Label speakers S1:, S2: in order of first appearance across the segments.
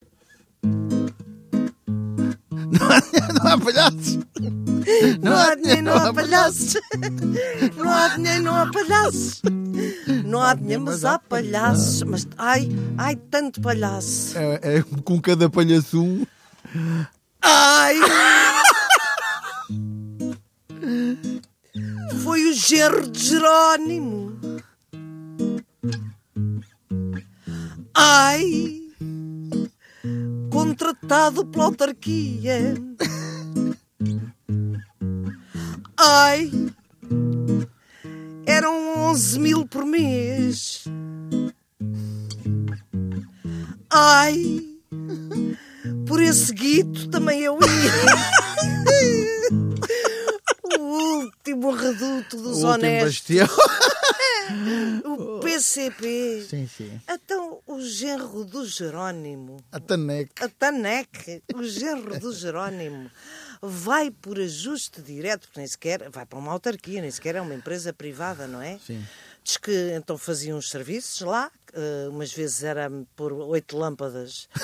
S1: não há palhaços.
S2: Não há dinheiro, não há palhaços. Não há dinheiro, não há palhaços. Não há dinheiro, mas há palhaços. Mas ai, ai, tanto palhaço.
S1: É, é com cada palhaço um.
S2: Ai! Foi o gerro de Jerónimo. Ai! Contratado pela autarquia. Ai! Eram 11 mil por mês. Ai! Por esse guito também eu ia. o último reduto
S1: O
S2: dos
S1: último
S2: honestos.
S1: bastião.
S2: O PCP.
S1: Sim, sim.
S2: Então, o genro do Jerónimo,
S1: A Taneca.
S2: a Tanec, o genro do Jerónimo, vai por ajuste direto, porque nem sequer vai para uma autarquia, nem sequer é uma empresa privada, não é?
S1: Sim.
S2: Diz que então faziam uns serviços lá, eh, umas vezes era por oito lâmpadas,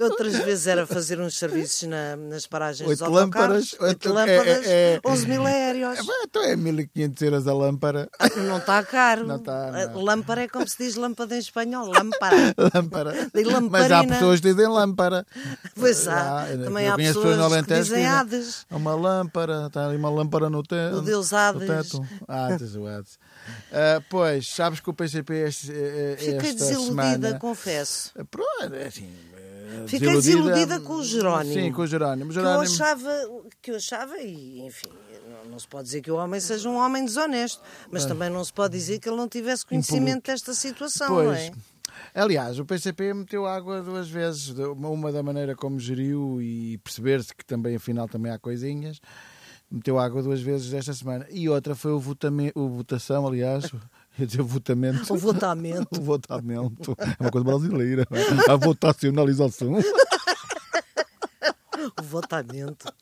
S2: outras vezes era fazer uns serviços na- nas paragens
S1: Oito
S2: dos autocarros.
S1: lâmpadas,
S2: oito
S1: oito-
S2: lâmpadas,
S1: é- é- é-
S2: 11 mil aéreos.
S1: É, vai, então é 1500 euros a lâmpara.
S2: Ah, Não está caro.
S1: Não tá, não.
S2: Lâmpara é como se diz lâmpada em espanhol, lâmpara.
S1: Lâmpara.
S2: E
S1: Mas há
S2: lamparina.
S1: pessoas que dizem lâmpara.
S2: Pois há,
S1: Ah, eu
S2: também há
S1: conheço
S2: pessoas
S1: no
S2: que
S1: Alentejo
S2: dizem
S1: dizem,
S2: Hades.
S1: "Há Uma lâmpara, está ali uma lâmpara no teto.
S2: O deus
S1: No
S2: Hades.
S1: teto. Hades, o Hades. Ah, pois, sabes que o PCP este, eh, eh,
S2: Fiquei
S1: esta
S2: desiludida,
S1: semana...
S2: confesso.
S1: Pronto, é assim... eh,
S2: Fiquei desiludida com o Jerónimo.
S1: Sim, com o Jerónimo.
S2: Que eu
S1: Jerónimo-
S2: achava, que eu achava e enfim, não, não se pode dizer que o homem seja um homem desonesto, mas também não se pode dizer que ele não tivesse conhecimento desta situação, não é?
S1: Aliás, o PCP meteu água duas vezes, de- uma- uma da maneira como geriu e perceber-se que também afinal também há coisinhas. Meteu água duas vezes esta semana. E outra foi o, votame, o votação, aliás, ia dizer votamento.
S2: O votamento.
S1: O votamento. É uma coisa brasileira. não é? A votacionalização.
S2: O votamento.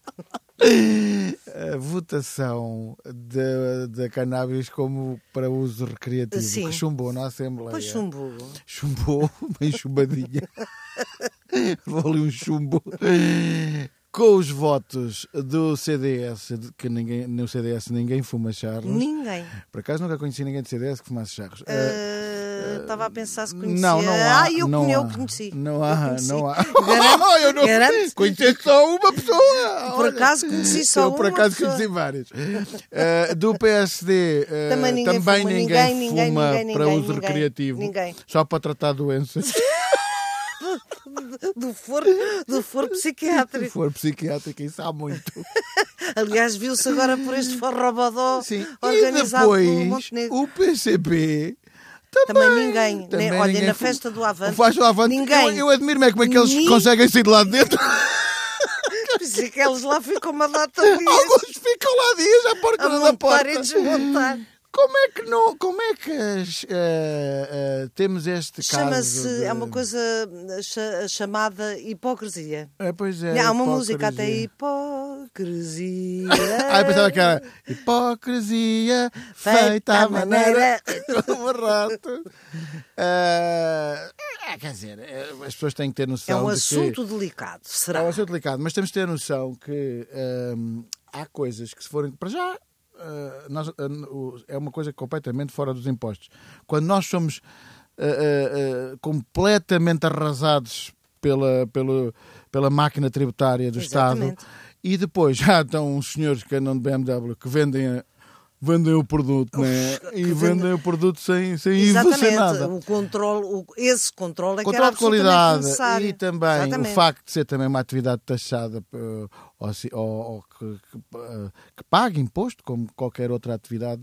S1: A votação da, da cannabis como para uso recreativo.
S2: Sim.
S1: Que chumbou na Assembleia.
S2: Pois chumbou.
S1: Hum? chumbou, bem chumbadinha. Levou ali um chumbo. Com os votos do CDS, de- que ninguém, no CDS ninguém fuma charros.
S2: Ninguém.
S1: Por acaso nunca conheci ninguém do CDS que fumasse charros. Eh,
S2: Ah, Estava a pensar se conhecia.
S1: Não, não há.
S2: ah, eu,
S1: não
S2: conhe- eu
S1: há.
S2: conheci.
S1: Não
S2: Eu
S1: há,
S2: conheci.
S1: não há.
S2: Garanto-
S1: Oh, eu não
S2: garanto.
S1: conheci só uma pessoa.
S2: Por
S1: Olha,
S2: acaso conheci só
S1: Eu por
S2: uma
S1: acaso
S2: pessoa.
S1: conheci várias. Eh, do PSD eh,
S2: Também ninguém
S1: também
S2: fuma,
S1: ninguém,
S2: ninguém,
S1: fuma
S2: ninguém, ninguém,
S1: para
S2: ninguém,
S1: uso recreativo.
S2: ninguém.
S1: Só para tratar doenças.
S2: do foro, do foro
S1: Se
S2: psiquiátrico.
S1: for psiquiátrica, isso há muito.
S2: Aliás, viu-se agora por este forrobodó
S1: Sim. E
S2: organizado pelo
S1: depois,
S2: Montenegro.
S1: o PCP. Também,
S2: Também ninguém, né? Olha, na festa do Avante,
S1: Faz o Avante.
S2: ninguém.
S1: Eu, eu admiro-me é como é que eles
S2: Ni-
S1: conseguem sair de lá de dentro.
S2: Pois é que eles lá ficam uma data de dias
S1: Alguns ficam lá dias à porta
S2: a
S1: da
S2: montar
S1: porta.
S2: e desmontar.
S1: Como é que não. Como é que as, eh, eh, temos este caso?
S2: Chama-se,
S1: de-
S2: é uma coisa cha- chamada hipocrisia.
S1: É, pois é.
S2: Há uma música até
S1: hipocrisia.
S2: hipocrisia.
S1: Ah, eu pensava que era hipocrisia feita à maneira de um rato. Ah, ah, quer dizer, eh, as pessoas têm que ter
S2: É
S1: noção.
S2: um
S1: de que-
S2: assunto delicado, será?
S1: É um assunto delicado, mas temos de ter noção que ahm, há coisas que se forem. Para já, ah, nós, ah, o- é uma coisa completamente fora dos impostos. Quando nós somos ah, ah, ah, completamente arrasados pela, pelo, pela máquina tributária do Estado.
S2: Exatamente.
S1: E depois já estão uns senhores que andam de BMW que vendem, vendem o produto, né?
S2: que
S1: E
S2: vendem-
S1: vendem o produto sem, sem IVA, sem
S2: Exatamente,
S1: é nada.
S2: o controle, o- esse controle é que era
S1: Controle de
S2: absolutamente
S1: qualidade
S2: necessário.
S1: e também
S2: Exatamente.
S1: o facto de ser também uma atividade taxada eh, ou, se- ou- ou que, que, eh, que paga imposto, como qualquer outra atividade,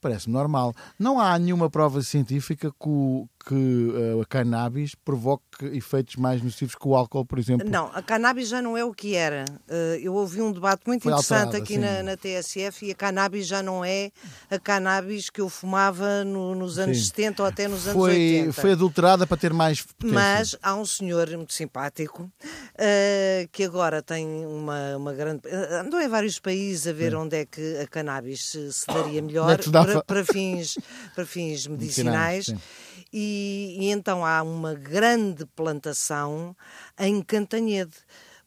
S1: parece-me normal. Não há nenhuma prova científica que, o- que eh, a cannabis provoque efeitos mais nocivos que o álcool, por exemplo.
S2: Não, a cannabis já não é o que era. Eh, Eu ouvi um debate muito
S1: Foi
S2: interessante
S1: alterada,
S2: aqui
S1: sim.
S2: na, na TSF e a cannabis já não é a cannabis que eu fumava no- nos anos
S1: Sim.
S2: 70 ou até nos anos
S1: Foi,
S2: 80.
S1: foi adulterada para ter mais potência.
S2: Mas há um senhor muito simpático eh, que agora tem uma, uma grande. eh, Andou em vários países a ver onde é que a cannabis se, se daria melhor
S1: é que se dava?
S2: para, para fins, para fins
S1: Medicinais,
S2: medicinais. E, e então há uma grande plantação em Cantanhede.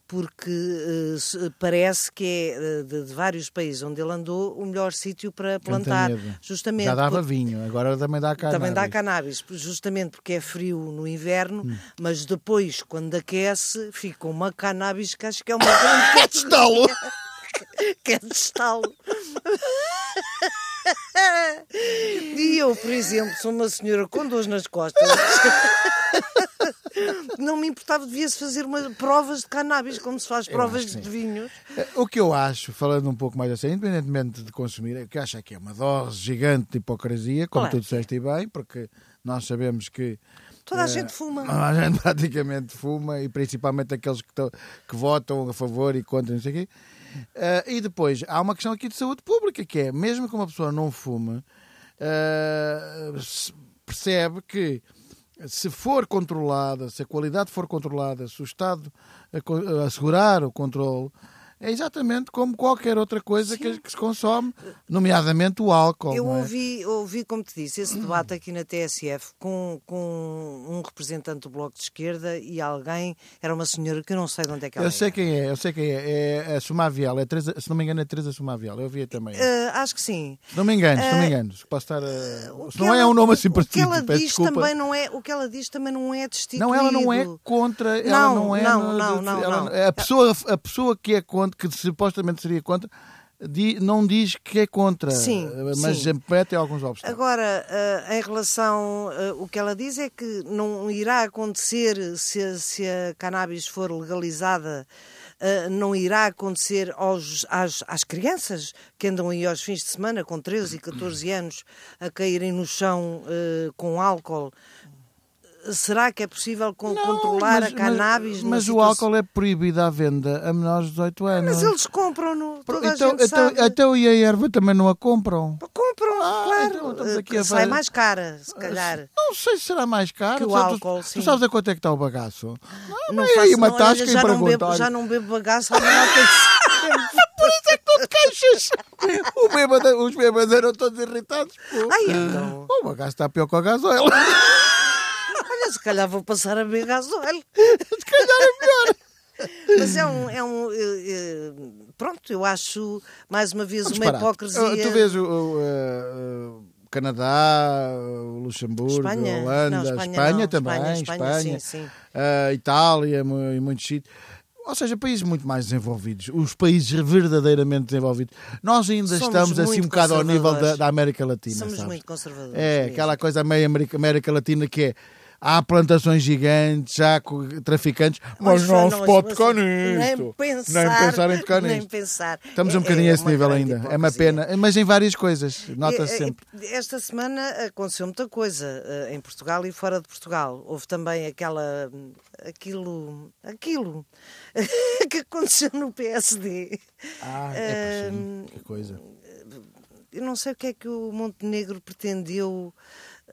S2: porque eh, se- parece que é eh, de, de vários países onde ele andou o melhor sítio para plantar.
S1: Cantanhede.
S2: Justamente.
S1: Já dava
S2: porque-
S1: vinho, agora também dá cannabis. Hum.
S2: Também dá cannabis, justamente porque é frio no inverno, mas depois, quando aquece, fica uma cannabis que acho que é uma grande
S1: Pode está-lo!
S2: que é de estalo. E eu, por exemplo, sou uma senhora com dores nas costas. Não me importava, devia-se fazer uma, provas de cannabis, como se faz provas
S1: acho que
S2: de vinhos.
S1: É, O que eu acho, falando um pouco mais assim, independentemente de consumir, o que eu acho é que é uma dose gigante de hipocrisia, como
S2: Claro.
S1: tu disseste e bem, porque nós sabemos que.
S2: Toda a
S1: eh,
S2: gente fuma.
S1: A gente praticamente fuma, e principalmente aqueles que, tão- que votam a favor e contra, não sei o quê. Eh, e depois, há uma questão aqui de saúde pública, que é, mesmo que uma pessoa não fume, eh, se- percebe que se for controlada, se a qualidade for controlada, se o Estado eh, co- eh, assegurar o controle, é exatamente como qualquer outra coisa que, que se consome, nomeadamente o álcool.
S2: Eu
S1: não é?
S2: ouvi, ouvi, como te disse, esse debate aqui na TSF com, com um representante do Bloco de Esquerda e alguém, era uma senhora que eu não sei de onde é que ela
S1: Eu sei
S2: era.
S1: quem é, eu sei quem é. É a Sumavial, é Teresa- se não me engano é Teresa Sumavial, eu vi também.
S2: Eh, acho que sim.
S1: Se não me engano, se não me
S2: eh,
S1: engano. Se, posso estar a...
S2: O
S1: se
S2: que
S1: não é
S2: ela-
S1: um nome assim
S2: o que
S1: parecido,
S2: ela
S1: peço
S2: diz
S1: desculpa.
S2: também não é o que ela diz também não é destituído
S1: Não, ela não é contra. ela
S2: Não,
S1: não é.
S2: não,
S1: no-
S2: não, não,
S1: ela-
S2: não.
S1: A, pessoa, a pessoa que é contra, que supostamente seria contra, di- não diz que é contra.
S2: Sim,
S1: Mas
S2: sim.
S1: mete alguns obstáculos.
S2: agora eh, em relação eh, o que ela diz é que não irá acontecer se, a- se a cannabis for legalizada eh, não irá acontecer aos, às, às crianças que andam aí aos fins de semana com 13 e 14 anos a caírem no chão eh, com álcool será que é possível con-
S1: Não,
S2: controlar
S1: mas-
S2: a cannabis
S1: Mas,
S2: numa
S1: mas o
S2: situação-
S1: álcool é proibido à venda a menores de 18 anos.
S2: Mas eles compram-no. Toda a
S1: então,
S2: gente
S1: então,
S2: sabe.
S1: então e a erva também não a compram?
S2: Compram,
S1: Ah, então
S2: claro. Eh,
S1: estamos aqui a Ah,
S2: Sai
S1: ver.
S2: mais cara, se calhar.
S1: Não sei se será mais caro.
S2: Que o
S1: Tu sabes-
S2: álcool,
S1: tu,
S2: sim.
S1: sabes a quanto é que está o bagaço? Não,
S2: Não
S1: é aí
S2: faço-
S1: uma
S2: olha,
S1: tasca e
S2: já não, bebo,
S1: perguntar.
S2: já não bebo bagaço há muito tempo.
S1: Por isso é que não te queixas. O bêbado- os bêbados eram todos irritados. pô.
S2: Ai, então.
S1: O bagaço está pior que o gasóleo.
S2: Olha, se calhar vou passar a beber gasóleo.
S1: Se calhar é melhor.
S2: Mas é um. É um eh, eh, pronto, eu acho, mais uma vez, uma
S1: Disparate.
S2: hipocrisia.
S1: Ah, Tu vês o, o, eh, o Canadá, o Luxemburgo,
S2: Espanha.
S1: a Holanda,
S2: Não, Espanha
S1: Espanha,
S2: não.
S1: também,
S2: Espanha,
S1: Espanha,
S2: Espanha, sim, sim.
S1: eh, Itália mu- e muitos sítios. Ou seja, países muito mais desenvolvidos, os países verdadeiramente desenvolvidos. Nós ainda
S2: Somos
S1: estamos assim um
S2: muito
S1: bocado ao nível da,
S2: conservadores.
S1: da América Latina.
S2: Somos
S1: sabes?
S2: muito conservadores.
S1: É,
S2: mesmo.
S1: aquela coisa meio América, América Latina que é. Há plantações gigantes, há co- traficantes, mas
S2: Olha,
S1: não, um
S2: João,
S1: se pode tocar nisto.
S2: Nem pensar,
S1: Nem pensar em tocar
S2: nem
S1: nisto.
S2: pensar.
S1: Estamos
S2: É-
S1: um bocadinho
S2: é
S1: a esse
S2: uma
S1: nível
S2: grande
S1: ainda. É uma
S2: hipocrisia.
S1: pena. Mas em várias coisas. Nota-se
S2: É, E- e-
S1: sempre.
S2: Esta semana aconteceu muita coisa eh, em Portugal e fora de Portugal. Houve também aquela. hum, aquilo. aquilo. que aconteceu no PSD.
S1: Ah, é que sim,
S2: Hum,
S1: que coisa.
S2: Eu não sei o que é que o Montenegro pretendeu.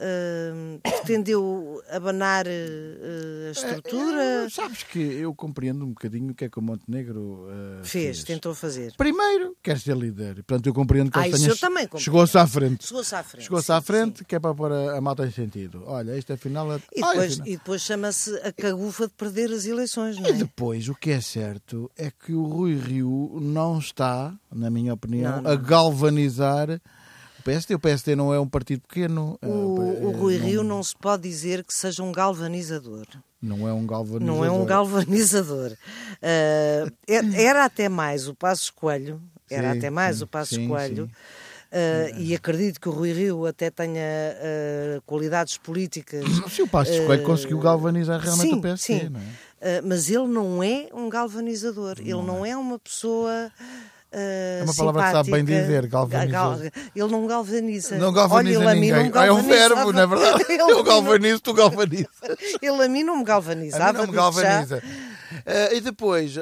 S2: hum, pretendeu abanar eh, a estrutura.
S1: Eh, Sabes que eu compreendo um bocadinho o que é que o Montenegro eh,
S2: fez,
S1: fez.
S2: tentou fazer.
S1: Primeiro, quer ser líder. E, Portanto, eu compreendo que
S2: Ah,
S1: ele
S2: isso
S1: tenha.
S2: eu também compreendo.
S1: Chegou-se à frente.
S2: Chegou-se à frente.
S1: Chegou-se à
S2: sim,
S1: frente,
S2: sim.
S1: que é para pôr a, a malta em sentido. Olha, isto afinal. É...
S2: E
S1: Olha,
S2: depois,
S1: afinal-
S2: e depois chama-se a cagufa de perder as eleições, não
S1: E
S2: é?
S1: depois, o que é certo é que o Rui Rio não está, na minha opinião,
S2: Não, não.
S1: a galvanizar o PSD. O PSD não é um partido pequeno. é,
S2: O, o
S1: é,
S2: Rui Rio não se pode dizer que seja um galvanizador.
S1: Não é um galvanizador.
S2: Não é um galvanizador. Ah, é- era até mais o Passo Coelho. Era
S1: Sim,
S2: até mais
S1: sim,
S2: o Passo
S1: sim,
S2: Coelho.
S1: sim.
S2: Ah, e acredito que o Rui Rio até tenha ah, qualidades políticas.
S1: Se o Passos
S2: ah,
S1: Coelho conseguiu galvanizar realmente
S2: sim,
S1: o PSD,
S2: sim.
S1: não é?
S2: Ah, mas ele não é um galvanizador. ele não é uma pessoa. é
S1: uma palavra que sabe bem dizer, galvanizou.
S2: Ele não galvaniza.
S1: Não galvaniza
S2: Eh, Olha, ele a mim
S1: ninguém.
S2: não me
S1: Ah, é um verbo,
S2: galvanizava.
S1: na verdade.
S2: Ele a
S1: Eu
S2: mim não-
S1: galvanizo, tu galvanizas.
S2: Ele a mim não me galvanizava.
S1: A mim não me
S2: digo-te já.
S1: galvaniza. Eh, e depois,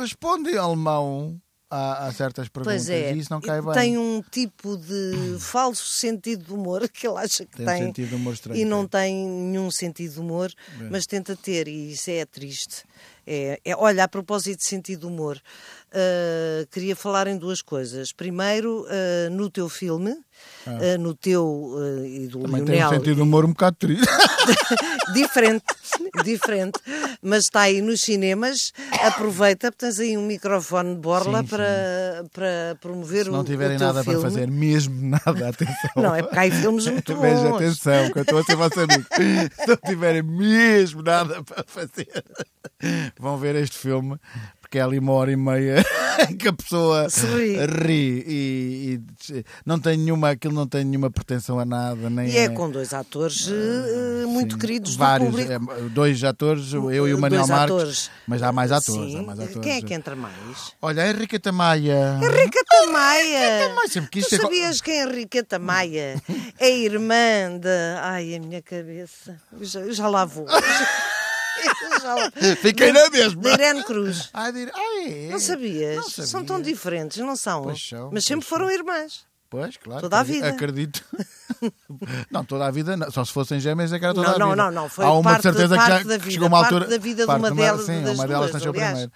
S1: responde em alemão a, a certas perguntas.
S2: Pois é.
S1: E isso não cai bem.
S2: Tem um tipo de falso sentido de humor que ele acha que
S1: Tem
S2: tem.
S1: um sentido de humor estranho, É.
S2: E não
S1: sim.
S2: tem nenhum sentido de humor, mas tenta ter, e isso é triste. É, é, olha, a propósito de sentido de humor, uh, queria falar em duas coisas. Primeiro, uh, no teu filme, uh, no teu uh, e do
S1: Ah. Também tem um
S2: Lionel,
S1: sentido de humor um bocado triste.
S2: diferente, diferente, mas está aí nos cinemas. Aproveita, tens aí um microfone de borla
S1: Sim, sim.
S2: Para, para promover
S1: Se
S2: o,
S1: não tiverem
S2: o teu
S1: nada
S2: filme.
S1: para fazer, mesmo nada, atenção.
S2: Não, é porque há aí filmes muito
S1: Mas
S2: bons.
S1: atenção, que eu estou a ser vosso amigo. Se não tiverem mesmo nada para fazer, vão ver este filme, porque é ali uma hora e meia que a pessoa
S2: Se ri.
S1: ri e, e não tem nenhuma, aquilo não tem nenhuma pretensão a nada, nem
S2: E é
S1: é-
S2: com dois atores eh, muito
S1: Sim,
S2: queridos
S1: vários,
S2: do público.
S1: é, dois atores, eu e o
S2: Dois
S1: Manuel Marques,
S2: atores.
S1: mas há mais atores,
S2: Sim.
S1: há mais atores.
S2: Quem é que entra mais?
S1: Olha, a Henriqueta Maia.
S2: Henrica Tamaia!
S1: Maia, sempre quis
S2: Tu
S1: ser-
S2: sabias que a Henrica Tamaia é irmã da. Ai, a minha cabeça. Eu já, eu já lá vou. Eu já lá...
S1: Fiquei na mesma.
S2: Da Irene Cruz.
S1: Ai, dir... Ai, é.
S2: Não sabias?
S1: Não
S2: São tão
S1: sabia.
S2: diferentes, não são?
S1: Pois são,
S2: Mas sempre
S1: pois
S2: foram irmãs.
S1: Pois, claro.
S2: Toda a
S1: acredito-
S2: vida.
S1: Acredito. não, toda a vida, não. só se fossem gêmeas é que era toda
S2: Não,
S1: a
S2: não,
S1: vida.
S2: não, não, foi
S1: Há uma
S2: parte-
S1: de certeza
S2: parte
S1: que, já,
S2: da
S1: que
S2: vida,
S1: chegou uma
S2: parte
S1: altura.
S2: da vida de uma delas-
S1: Sim,
S2: das
S1: uma delas
S2: duas,
S1: nasceu
S2: aliás.
S1: primeiro.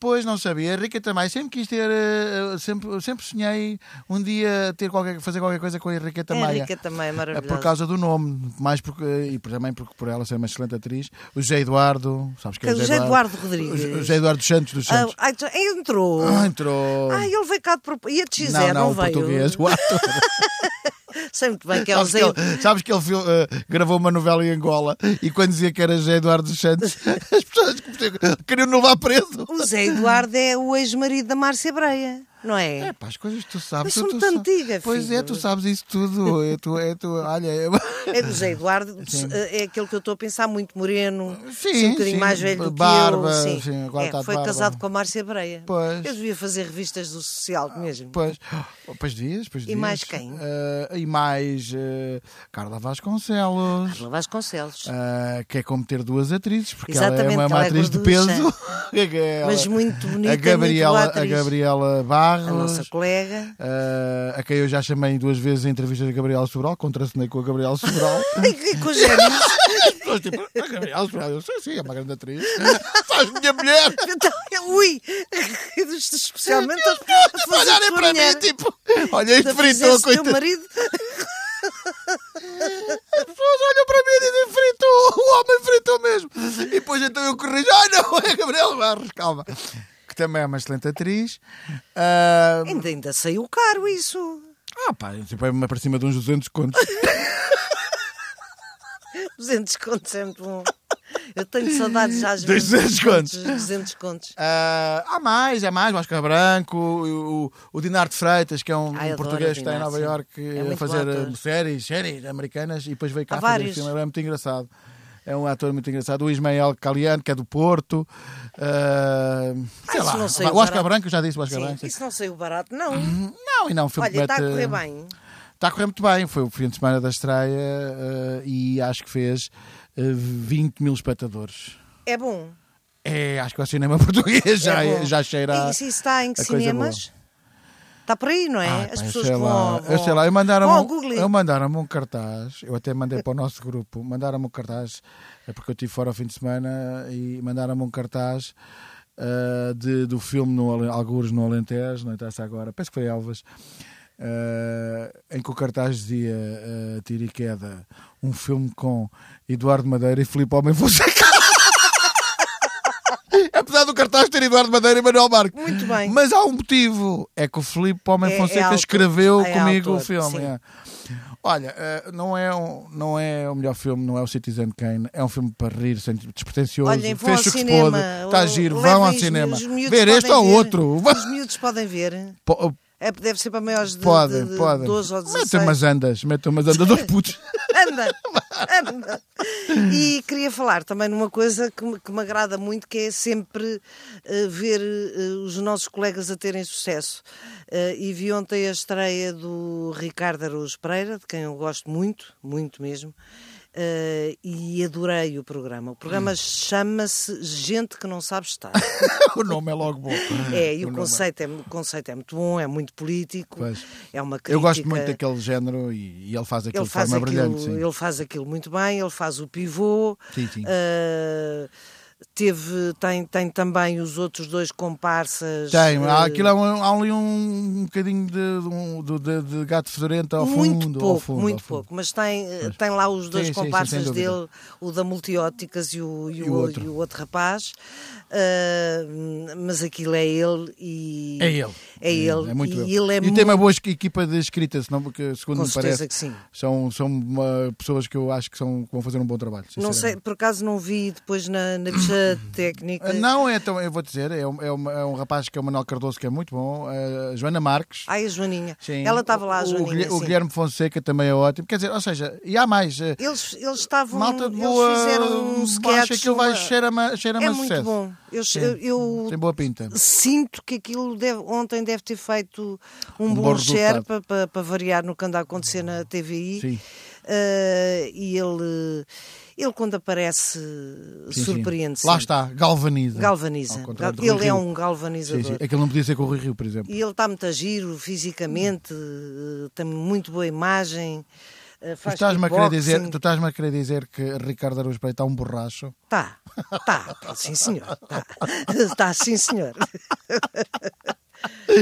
S1: Pois, não sabia. Rica também. Sempre quis ter. eh, Sempre, sempre sonhei um dia ter qualquer, fazer qualquer coisa com a Henriqueta
S2: A
S1: Maia.
S2: Henrica também é
S1: É
S2: maravilhosa.
S1: por causa do nome, mais porque, e por- também porque por ela ser uma excelente atriz. O José Eduardo, sabes quem é o
S2: Que
S1: José
S2: o José Eduardo
S1: O
S2: Rodrigues.
S1: José Eduardo dos Santos dos Santos.
S2: Ah, ai, tu- entrou.
S1: Ah, entrou.
S2: Ai, ele veio cá de propósito. E a de
S1: não,
S2: Xizé,
S1: não,
S2: não,
S1: o
S2: veio?
S1: português. O ator.
S2: Sei muito bem que é o
S1: sabes,
S2: Zé.
S1: que ele, sabes que ele fil- eh, gravou uma novela em Angola e quando dizia que era José Eduardo dos Santos, as pessoas queriam não levar preso.
S2: O Zé Eduardo é o ex-marido da Márcia Breia, não é?
S1: É, pá, as coisas que tu sabes.
S2: Mas sou
S1: tu- tu
S2: muito
S1: sa-
S2: antiga,
S1: Pois
S2: filho.
S1: é, tu sabes isso tudo. É, tu, é, tu, olha, é-
S2: É do Zé Eduardo, é aquele que eu estou a pensar, muito moreno,
S1: Sim,
S2: assim, um bocadinho
S1: sim,
S2: mais velho do que
S1: barba,
S2: eu. Sim,
S1: sim, agora
S2: É,
S1: está de
S2: foi
S1: barba.
S2: casado com a Márcia Breia.
S1: Pois.
S2: Eu devia fazer revistas do social mesmo.
S1: Pois, Oh, pois dias, pois dias.
S2: mais quem?
S1: Eh, e mais eh, Carla Vasconcelos.
S2: Carla Vasconcelos.
S1: Ah, que é como ter duas atrizes, porque ela
S2: Exatamente,
S1: é uma,
S2: que ela é
S1: atriz de
S2: gorducha.
S1: peso. É Ela-
S2: Mas muito bonita,
S1: a Gabriela,
S2: muito boa atriz.
S1: A Gabriela Barros,
S2: A nossa colega.
S1: ah, a quem eu já chamei duas vezes em entrevista da Gabriela Sobral, contracenei com a Gabriela Sobral.
S2: Ai, que com os gêmeos.
S1: As pessoas tipo, a Gabriela Sobral, eu sei, sim, é uma grande atriz. Faz minha mulher!
S2: Então, ui! Especialmente as
S1: Se olharem para mim, tipo, olha, este fritou,
S2: o teu
S1: coitado.
S2: marido.
S1: As pessoas olham para mim e dizem fritou, o homem fritou mesmo. E depois então eu corrijo, ah não, é Gabriela Barros, calma. Que também é uma excelente atriz. Ah,
S2: Ainda, ainda saiu caro isso.
S1: ah pá, tipo, é para cima de uns 200 contos.
S2: 200 contos é muito bom. Eu tenho saudades já às vezes.
S1: 200 contos.
S2: 200 contos.
S1: Ah, há mais, há mais, o Oscar Branco, o, o Dinar de Freitas, que é um,
S2: Ai,
S1: um
S2: adoro
S1: português que está em
S2: Dinar,
S1: Nova
S2: sim.
S1: Iorque
S2: É
S1: a
S2: muito
S1: fazer
S2: bom ator.
S1: eh, séries, séries americanas e depois veio cá
S2: Há
S1: fazer
S2: vários.
S1: este filme, é muito engraçado. É um ator muito engraçado. O Ismael Caliano, que é do Porto. ah, sei
S2: isso
S1: lá.
S2: não sei,
S1: o
S2: o
S1: Oscar
S2: barato.
S1: Branco, eu já disse o Oscar
S2: Sim,
S1: Branco. sim. tá
S2: isso não saiu barato, não.
S1: Não, e não, o filme
S2: Olha, está a
S1: promete-
S2: correr bem.
S1: Está Tá a correr muito bem. Foi o fim de semana da estreia eh, e acho que fez eh, 20 mil espectadores.
S2: É bom.
S1: É, acho que o cinema português já,
S2: é bom.
S1: já cheira. a-
S2: E isso está em que
S1: a coisa
S2: cinemas? Está por aí, não é?
S1: Ah,
S2: As
S1: pá, eu
S2: pessoas
S1: sei
S2: vão,
S1: lá,
S2: ao-
S1: eu sei lá, eu
S2: vão ao
S1: mandaram um-
S2: Google.
S1: eu mandaram-me um cartaz, eu até mandei para o nosso grupo, mandaram-me um cartaz, é porque eu estive fora o fim de semana e mandaram-me um cartaz ah, de, do filme no, Ale- Algures no Alentejo, não interessa agora, penso que foi Elvas, ah, em que o cartaz dizia ah, Tiro e Queda, um filme com Eduardo Madeira e Filipe Homem Fonseca. Apesar do cartaz ter Eduardo Madeira e Manuel Marques.
S2: Muito bem.
S1: Mas há um motivo. É que o Filipe Homem
S2: É- é
S1: Fonseca
S2: autor.
S1: escreveu
S2: É
S1: comigo
S2: autor,
S1: o filme.
S2: sim.
S1: é. Olha, eh, não é, um- não é o melhor filme, não é o Citizen Kane. É um filme para rir, sem despretensioso.
S2: Olhem, vão
S1: Fez
S2: ao
S1: o que se
S2: cinema.
S1: pôde. Está
S2: O-
S1: tá giro.
S2: levem
S1: Vão ao
S2: os-
S1: cinema.
S2: os miúdos
S1: Ver este
S2: podem
S1: ou
S2: ver.
S1: outro.
S2: Os miúdos podem ver.
S1: Po-
S2: É, deve ser para maiores de,
S1: Podem,
S2: de, de
S1: podem.
S2: 12 ou 16.
S1: Metem umas andas, metem umas andas dos putos.
S2: Anda, anda. E queria falar também numa coisa que me, que me agrada muito, que é sempre eh, ver eh, os nossos colegas a terem sucesso. Eh, e vi ontem a estreia do Ricardo Araújo Pereira, de quem eu gosto muito, muito mesmo. eh, e adorei o programa. O
S1: Hum.
S2: programa chama-se Gente que não sabe estar.
S1: o nome é logo bom.
S2: É, e o,
S1: nome
S2: conceito é, o conceito é muito bom, é muito político,
S1: Pois.
S2: é uma crítica.
S1: Eu gosto muito daquele género e, e ele faz aquilo
S2: Ele faz,
S1: de forma
S2: aquilo,
S1: brilhante. sim.
S2: ele faz aquilo muito bem, ele faz o pivô.
S1: Sim, sim.
S2: ah, Teve, tem, tem também os outros dois comparsas.
S1: Tem, há,
S2: eh,
S1: aquilo há, um- há ali um bocadinho de, de um- de- de- de gato fedorento ao
S2: muito
S1: fundo.
S2: pouco,
S1: ao fundo,
S2: muito
S1: ao fundo.
S2: pouco, mas tem, eh, tem lá os dois
S1: Sim, sim, sim,
S2: comparsas
S1: sem dúvida.
S2: dele, o da Multióticas e o, e
S1: E
S2: o,
S1: o outro.
S2: e o outro rapaz, Ah, mas aquilo é ele e
S1: É ele.
S2: É ele.
S1: É muito
S2: e
S1: ele.
S2: ele é
S1: e tem uma boa esqui- equipa de escrita, senão, porque, segundo
S2: com
S1: me
S2: certeza
S1: parece,
S2: que sim.
S1: são, são uma, pessoas que eu acho que, são, que vão fazer um bom trabalho.
S2: Não sei,
S1: sinceramente.
S2: por acaso não vi depois na, na ficha técnica.
S1: Ah, Não, é, então, eu vou dizer, é um, é, um, é um rapaz que é o Manuel Cardoso, que é muito bom, a Joana Marques.
S2: Ai, a Joaninha.
S1: Sim.
S2: Ah, Ela estava lá, a
S1: O-
S2: Joaninha.
S1: O, Guilher- o
S2: sim.
S1: Guilherme Fonseca também é ótimo. Quer dizer, ou seja, e há mais. eh,
S2: Eles, eles estavam.
S1: malta de
S2: eles
S1: boa.
S2: fizeram um sketch.
S1: acho que ele vai
S2: uma-
S1: cheira-me cheira
S2: é
S1: a
S2: muito
S1: sucesso.
S2: bom. Eu,
S1: Sim.
S2: eu- eu
S1: Tem boa pinta.
S2: sinto que aquilo deve- ontem deve ter feito um,
S1: Um bom
S2: bom share
S1: resultado.
S2: para, para variar no que anda a acontecer na TVI.
S1: Sim.
S2: Eh, e ele, ele, quando aparece,
S1: Sim,
S2: surpreende
S1: sim. Lá está, galvaniza.
S2: Galvaniza.
S1: Ao contrário do
S2: Ele
S1: Rui
S2: é
S1: Rio.
S2: um galvanizador.
S1: Sim, sim. Aquilo não podia ser com o Rui Rio, por exemplo.
S2: E ele está muito a giro fisicamente, eh, tem muito boa imagem. eh,
S1: Tu
S2: Faz
S1: estás-me a querer
S2: kickboxing.
S1: dizer, tu estás-me a querer dizer que Ricardo Araújo Pereira está um borracho.
S2: Tá, tá, tá, sim senhor. Tá, tá sim senhor.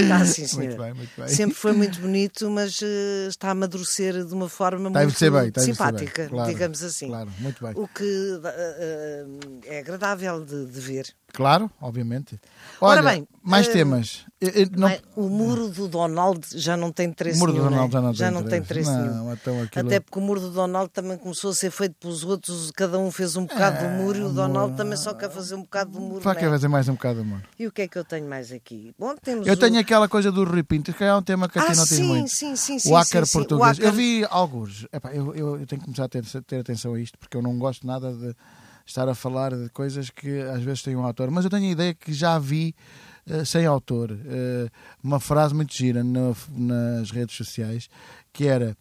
S2: Tá sim senhor.
S1: Muito bem, muito bem.
S2: Sempre foi muito bonito, mas eh, está a amadurecer de uma forma
S1: Está a
S2: muito
S1: envelhecer bem, está a envelhecer
S2: simpática,
S1: bem, claro,
S2: digamos assim.
S1: Claro, muito bem.
S2: O que eh, eh, é agradável de, de ver.
S1: Claro, obviamente.
S2: Ora
S1: Olha,
S2: bem,
S1: mais
S2: eh,
S1: temas. Eu- eu não-
S2: Mas é? O muro do Donald já não tem
S1: o
S2: interesse
S1: Muro do
S2: nenhum.
S1: Donaldo
S2: né?
S1: já não tem
S2: tem
S1: interesse.
S2: interesse nenhum.
S1: Não, então aquilo...
S2: Até porque o muro do Donald também começou a ser feito pelos outros, cada um fez um bocado do muro e o Donald também só quer fazer um bocado do muro.
S1: Só
S2: né?
S1: Ah, quer fazer mais um bocado, amor.
S2: E o que é que eu tenho mais aqui? Bom, temos
S1: Eu
S2: o-
S1: tenho aquela coisa do Rui Pinto, que é um tema que
S2: ah,
S1: até não
S2: sim,
S1: tem muito.
S2: sim, sim, sim,
S1: o hacker
S2: sim, sim. O
S1: português.
S2: hacker-
S1: Eu vi alguns. Epá, eu, eu, eu tenho que começar a ter, ter atenção a isto, porque eu não gosto nada de estar a falar de coisas que às vezes têm um autor. Mas eu tenho a ideia que já vi eh, sem autor eh, uma frase muito gira na- nas redes sociais que era.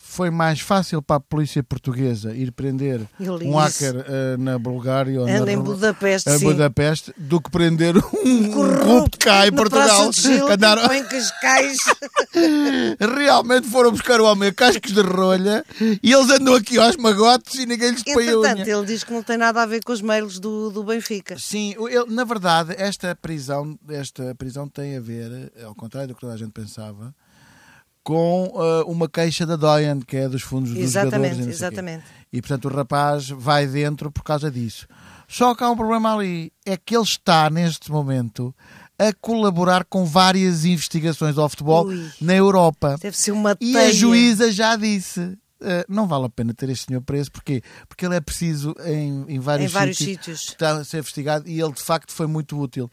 S1: Foi mais fácil para a polícia portuguesa ir prender
S2: Eu li
S1: um
S2: isso.
S1: hacker eh, na Bulgária ou na
S2: Anda em
S1: Ru-
S2: Budapeste,
S1: em
S2: sim.
S1: Budapeste do que prender um corrupto cá em
S2: na
S1: Portugal.
S2: Praça de Gil,
S1: que andaram-
S2: ou em Cascais.
S1: Realmente foram buscar o homem a cascos de rolha e eles andam aqui aos magotes e ninguém lhes põe a
S2: Entretanto,
S1: unha.
S2: ele diz que não tem nada a ver com os mails do, do Benfica.
S1: Sim, o- eu- na verdade, esta prisão, esta prisão tem a ver, ao contrário do que toda a gente pensava, com ah, uma queixa da Doyen, que é dos fundos dos jogadores. e
S2: exatamente,
S1: não sei o quê.
S2: exatamente.
S1: E portanto o rapaz vai dentro por causa disso. Só que há um problema ali, é que ele está neste momento a colaborar com várias investigações ao futebol
S2: Ui.
S1: na Europa.
S2: Deve ser uma
S1: E
S2: teia.
S1: a juíza já disse. eh, não vale a pena ter este senhor preso porque porque ele é preciso em, em vários,
S2: Em vários sítios.
S1: está a ser investigado e ele de facto foi muito útil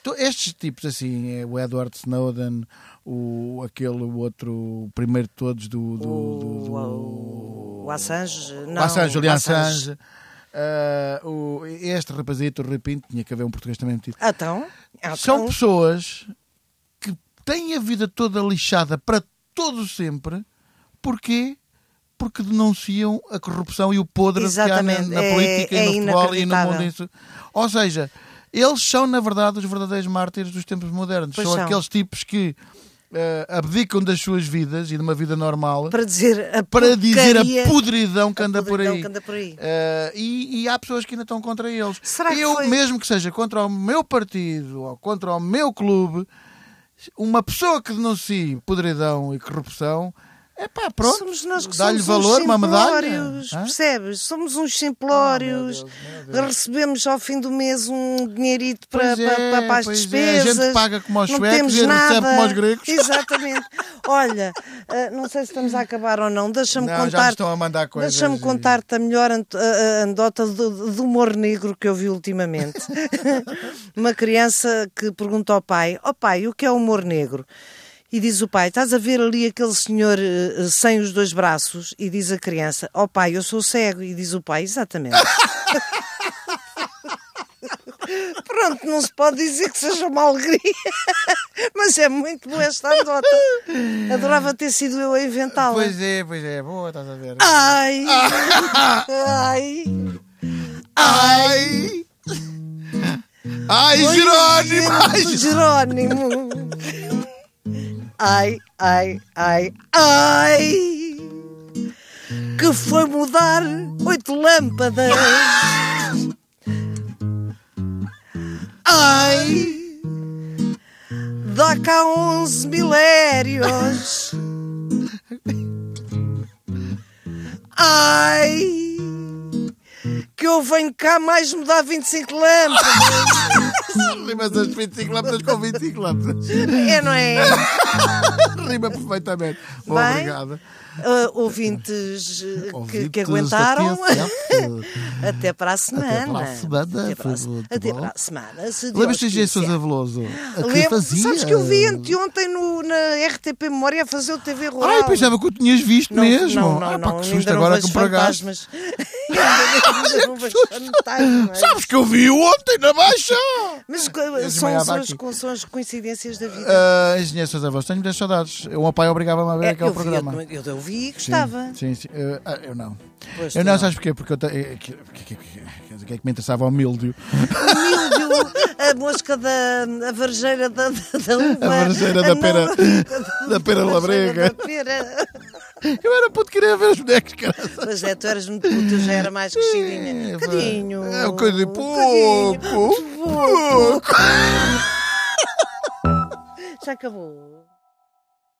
S1: então, estes tipos assim é o Edward Snowden o aquele outro o primeiro de todos do, do, do- do-
S2: O, o Assange. Não,
S1: o Assange, Julian
S2: o Assange.
S1: Assange eh, o, este rapazito o Rui Pinto tinha que haver um português também metido
S2: Ah, Então, então
S1: são pessoas que têm a vida toda lixada para todo sempre. Porquê? Porque denunciam a corrupção e o podre
S2: Exatamente.
S1: que há na, na
S2: É-
S1: política
S2: é
S1: e no futebol e no
S2: inacreditável.
S1: mundo. Isso. Ou seja, eles são, na verdade, os verdadeiros mártires dos tempos modernos.
S2: Pois
S1: são,
S2: são.
S1: aqueles tipos que eh, abdicam das suas vidas e de uma vida normal para,
S2: para dizer a
S1: dizer
S2: porcaria-
S1: a podridão que
S2: a
S1: anda por
S2: podridão
S1: aí.
S2: que anda por aí.
S1: Eh, e, e há pessoas que ainda estão contra eles.
S2: Será que
S1: eu,
S2: foi-
S1: mesmo que seja contra o meu partido ou contra o meu clube, uma pessoa que denuncie podridão e corrupção, é pá, pronto,
S2: somos nós que
S1: dá-lhe
S2: somos
S1: valor,
S2: uns
S1: uma medalha.
S2: simplórios,
S1: Hã?
S2: Percebes? Somos uns simplórios.
S1: Oh, meu Deus, meu Deus.
S2: recebemos ao fim do mês um dinheirito para,
S1: Pois é,
S2: para, para- para as
S1: pois é. A
S2: despesas.
S1: gente paga como aos
S2: não
S1: suecos
S2: temos
S1: e recebe
S2: nada.
S1: como aos gregos.
S2: Exatamente. Olha, ah, não sei se estamos a acabar ou não. Deixa-me
S1: Não, já me
S2: contar.
S1: estão a mandar coisas
S2: Deixa-me
S1: e-
S2: contar-te a melhor ant- a- a anedota do, do humor negro que eu vi ultimamente. Uma criança que pergunta ao pai: Ó pai, o que é humor negro? E diz o pai: Estás a ver ali aquele senhor eh, eh, sem os dois braços? E diz a criança: Ó pai, eu sou cego. E diz o pai: Exatamente. Pronto, não se pode dizer que seja uma alegria, mas é muito boa esta anedota. Adorava ter sido eu a inventá-la.
S1: Pois Ah! é, pois é, boa, estás a ver.
S2: Ai! Ah! Ai!
S1: Ai! Ai,
S2: é.
S1: Jerónimo! Ai,
S2: Gente, Jerónimo! Ai, ai, ai, ai! Que foi mudar oito lâmpadas Ai, dá cá 11 milérios. Ai, que eu venho cá mais me dá 25 lâmpadas.
S1: Rimas das 25 lâmpadas com 25 lâmpadas.
S2: É, não é?
S1: Rima perfeitamente. Bom,
S2: Bem,
S1: obrigada.
S2: Ah, ouvintes eh, que- que,
S1: Ouvintes,
S2: aguentaram.
S1: até certo.
S2: Até para a semana.
S1: para a semana,
S2: Até para a,
S1: foi muito
S2: até
S1: bom.
S2: para a semana. se Deus
S1: Lembras-te de
S2: quiser.
S1: Sousa Veloso? A que
S2: Lembro-
S1: fazia?
S2: Sabes que eu vi anteontem no, na RTP Memória a fazer o TV Rural.
S1: Ai, pensava que o tinhas visto
S2: Não,
S1: mesmo.
S2: Não, não,
S1: ah, pá,
S2: não,
S1: que
S2: ainda
S1: susto
S2: não
S1: agora
S2: vejo
S1: que para gás.
S2: fantasmas. Ainda não vejo fantasmas.
S1: Sabes que eu vi ontem na baixa?
S2: Mas co- são,
S1: desmaiava
S2: são, as,
S1: aqui.
S2: con- são as coincidências da vida.
S1: Ah, Engenheiro Sousa Veloso, tenho muitas saudades. O meu pai obrigava-me a ver
S2: É,
S1: aquele
S2: eu, vi,
S1: programa.
S2: eu, eu, eu vi e
S1: Sim,
S2: gostava.
S1: Sim, sim. Eh, ah, eu não.
S2: Pois
S1: eu
S2: tu
S1: não,
S2: não.
S1: sabes porquê? Porque eu te- eh, que- que- que- que- quer dizer, O que é que me interessava ao mildio?
S2: Milho, a mosca da a varjeira da, da, da uva.
S1: A varjeira da
S2: não-
S1: pera- da pera
S2: varjeira
S1: labrega.
S2: da pera.
S1: Eu era puto querer ver os bonecos, caralho.
S2: Pois é, tu eras muito puto, eu já era mais crescidinha. um
S1: É,
S2: Cadinho.
S1: É o coisa de pouco.
S2: Cadinho.
S1: Pouco.
S2: Já acabou.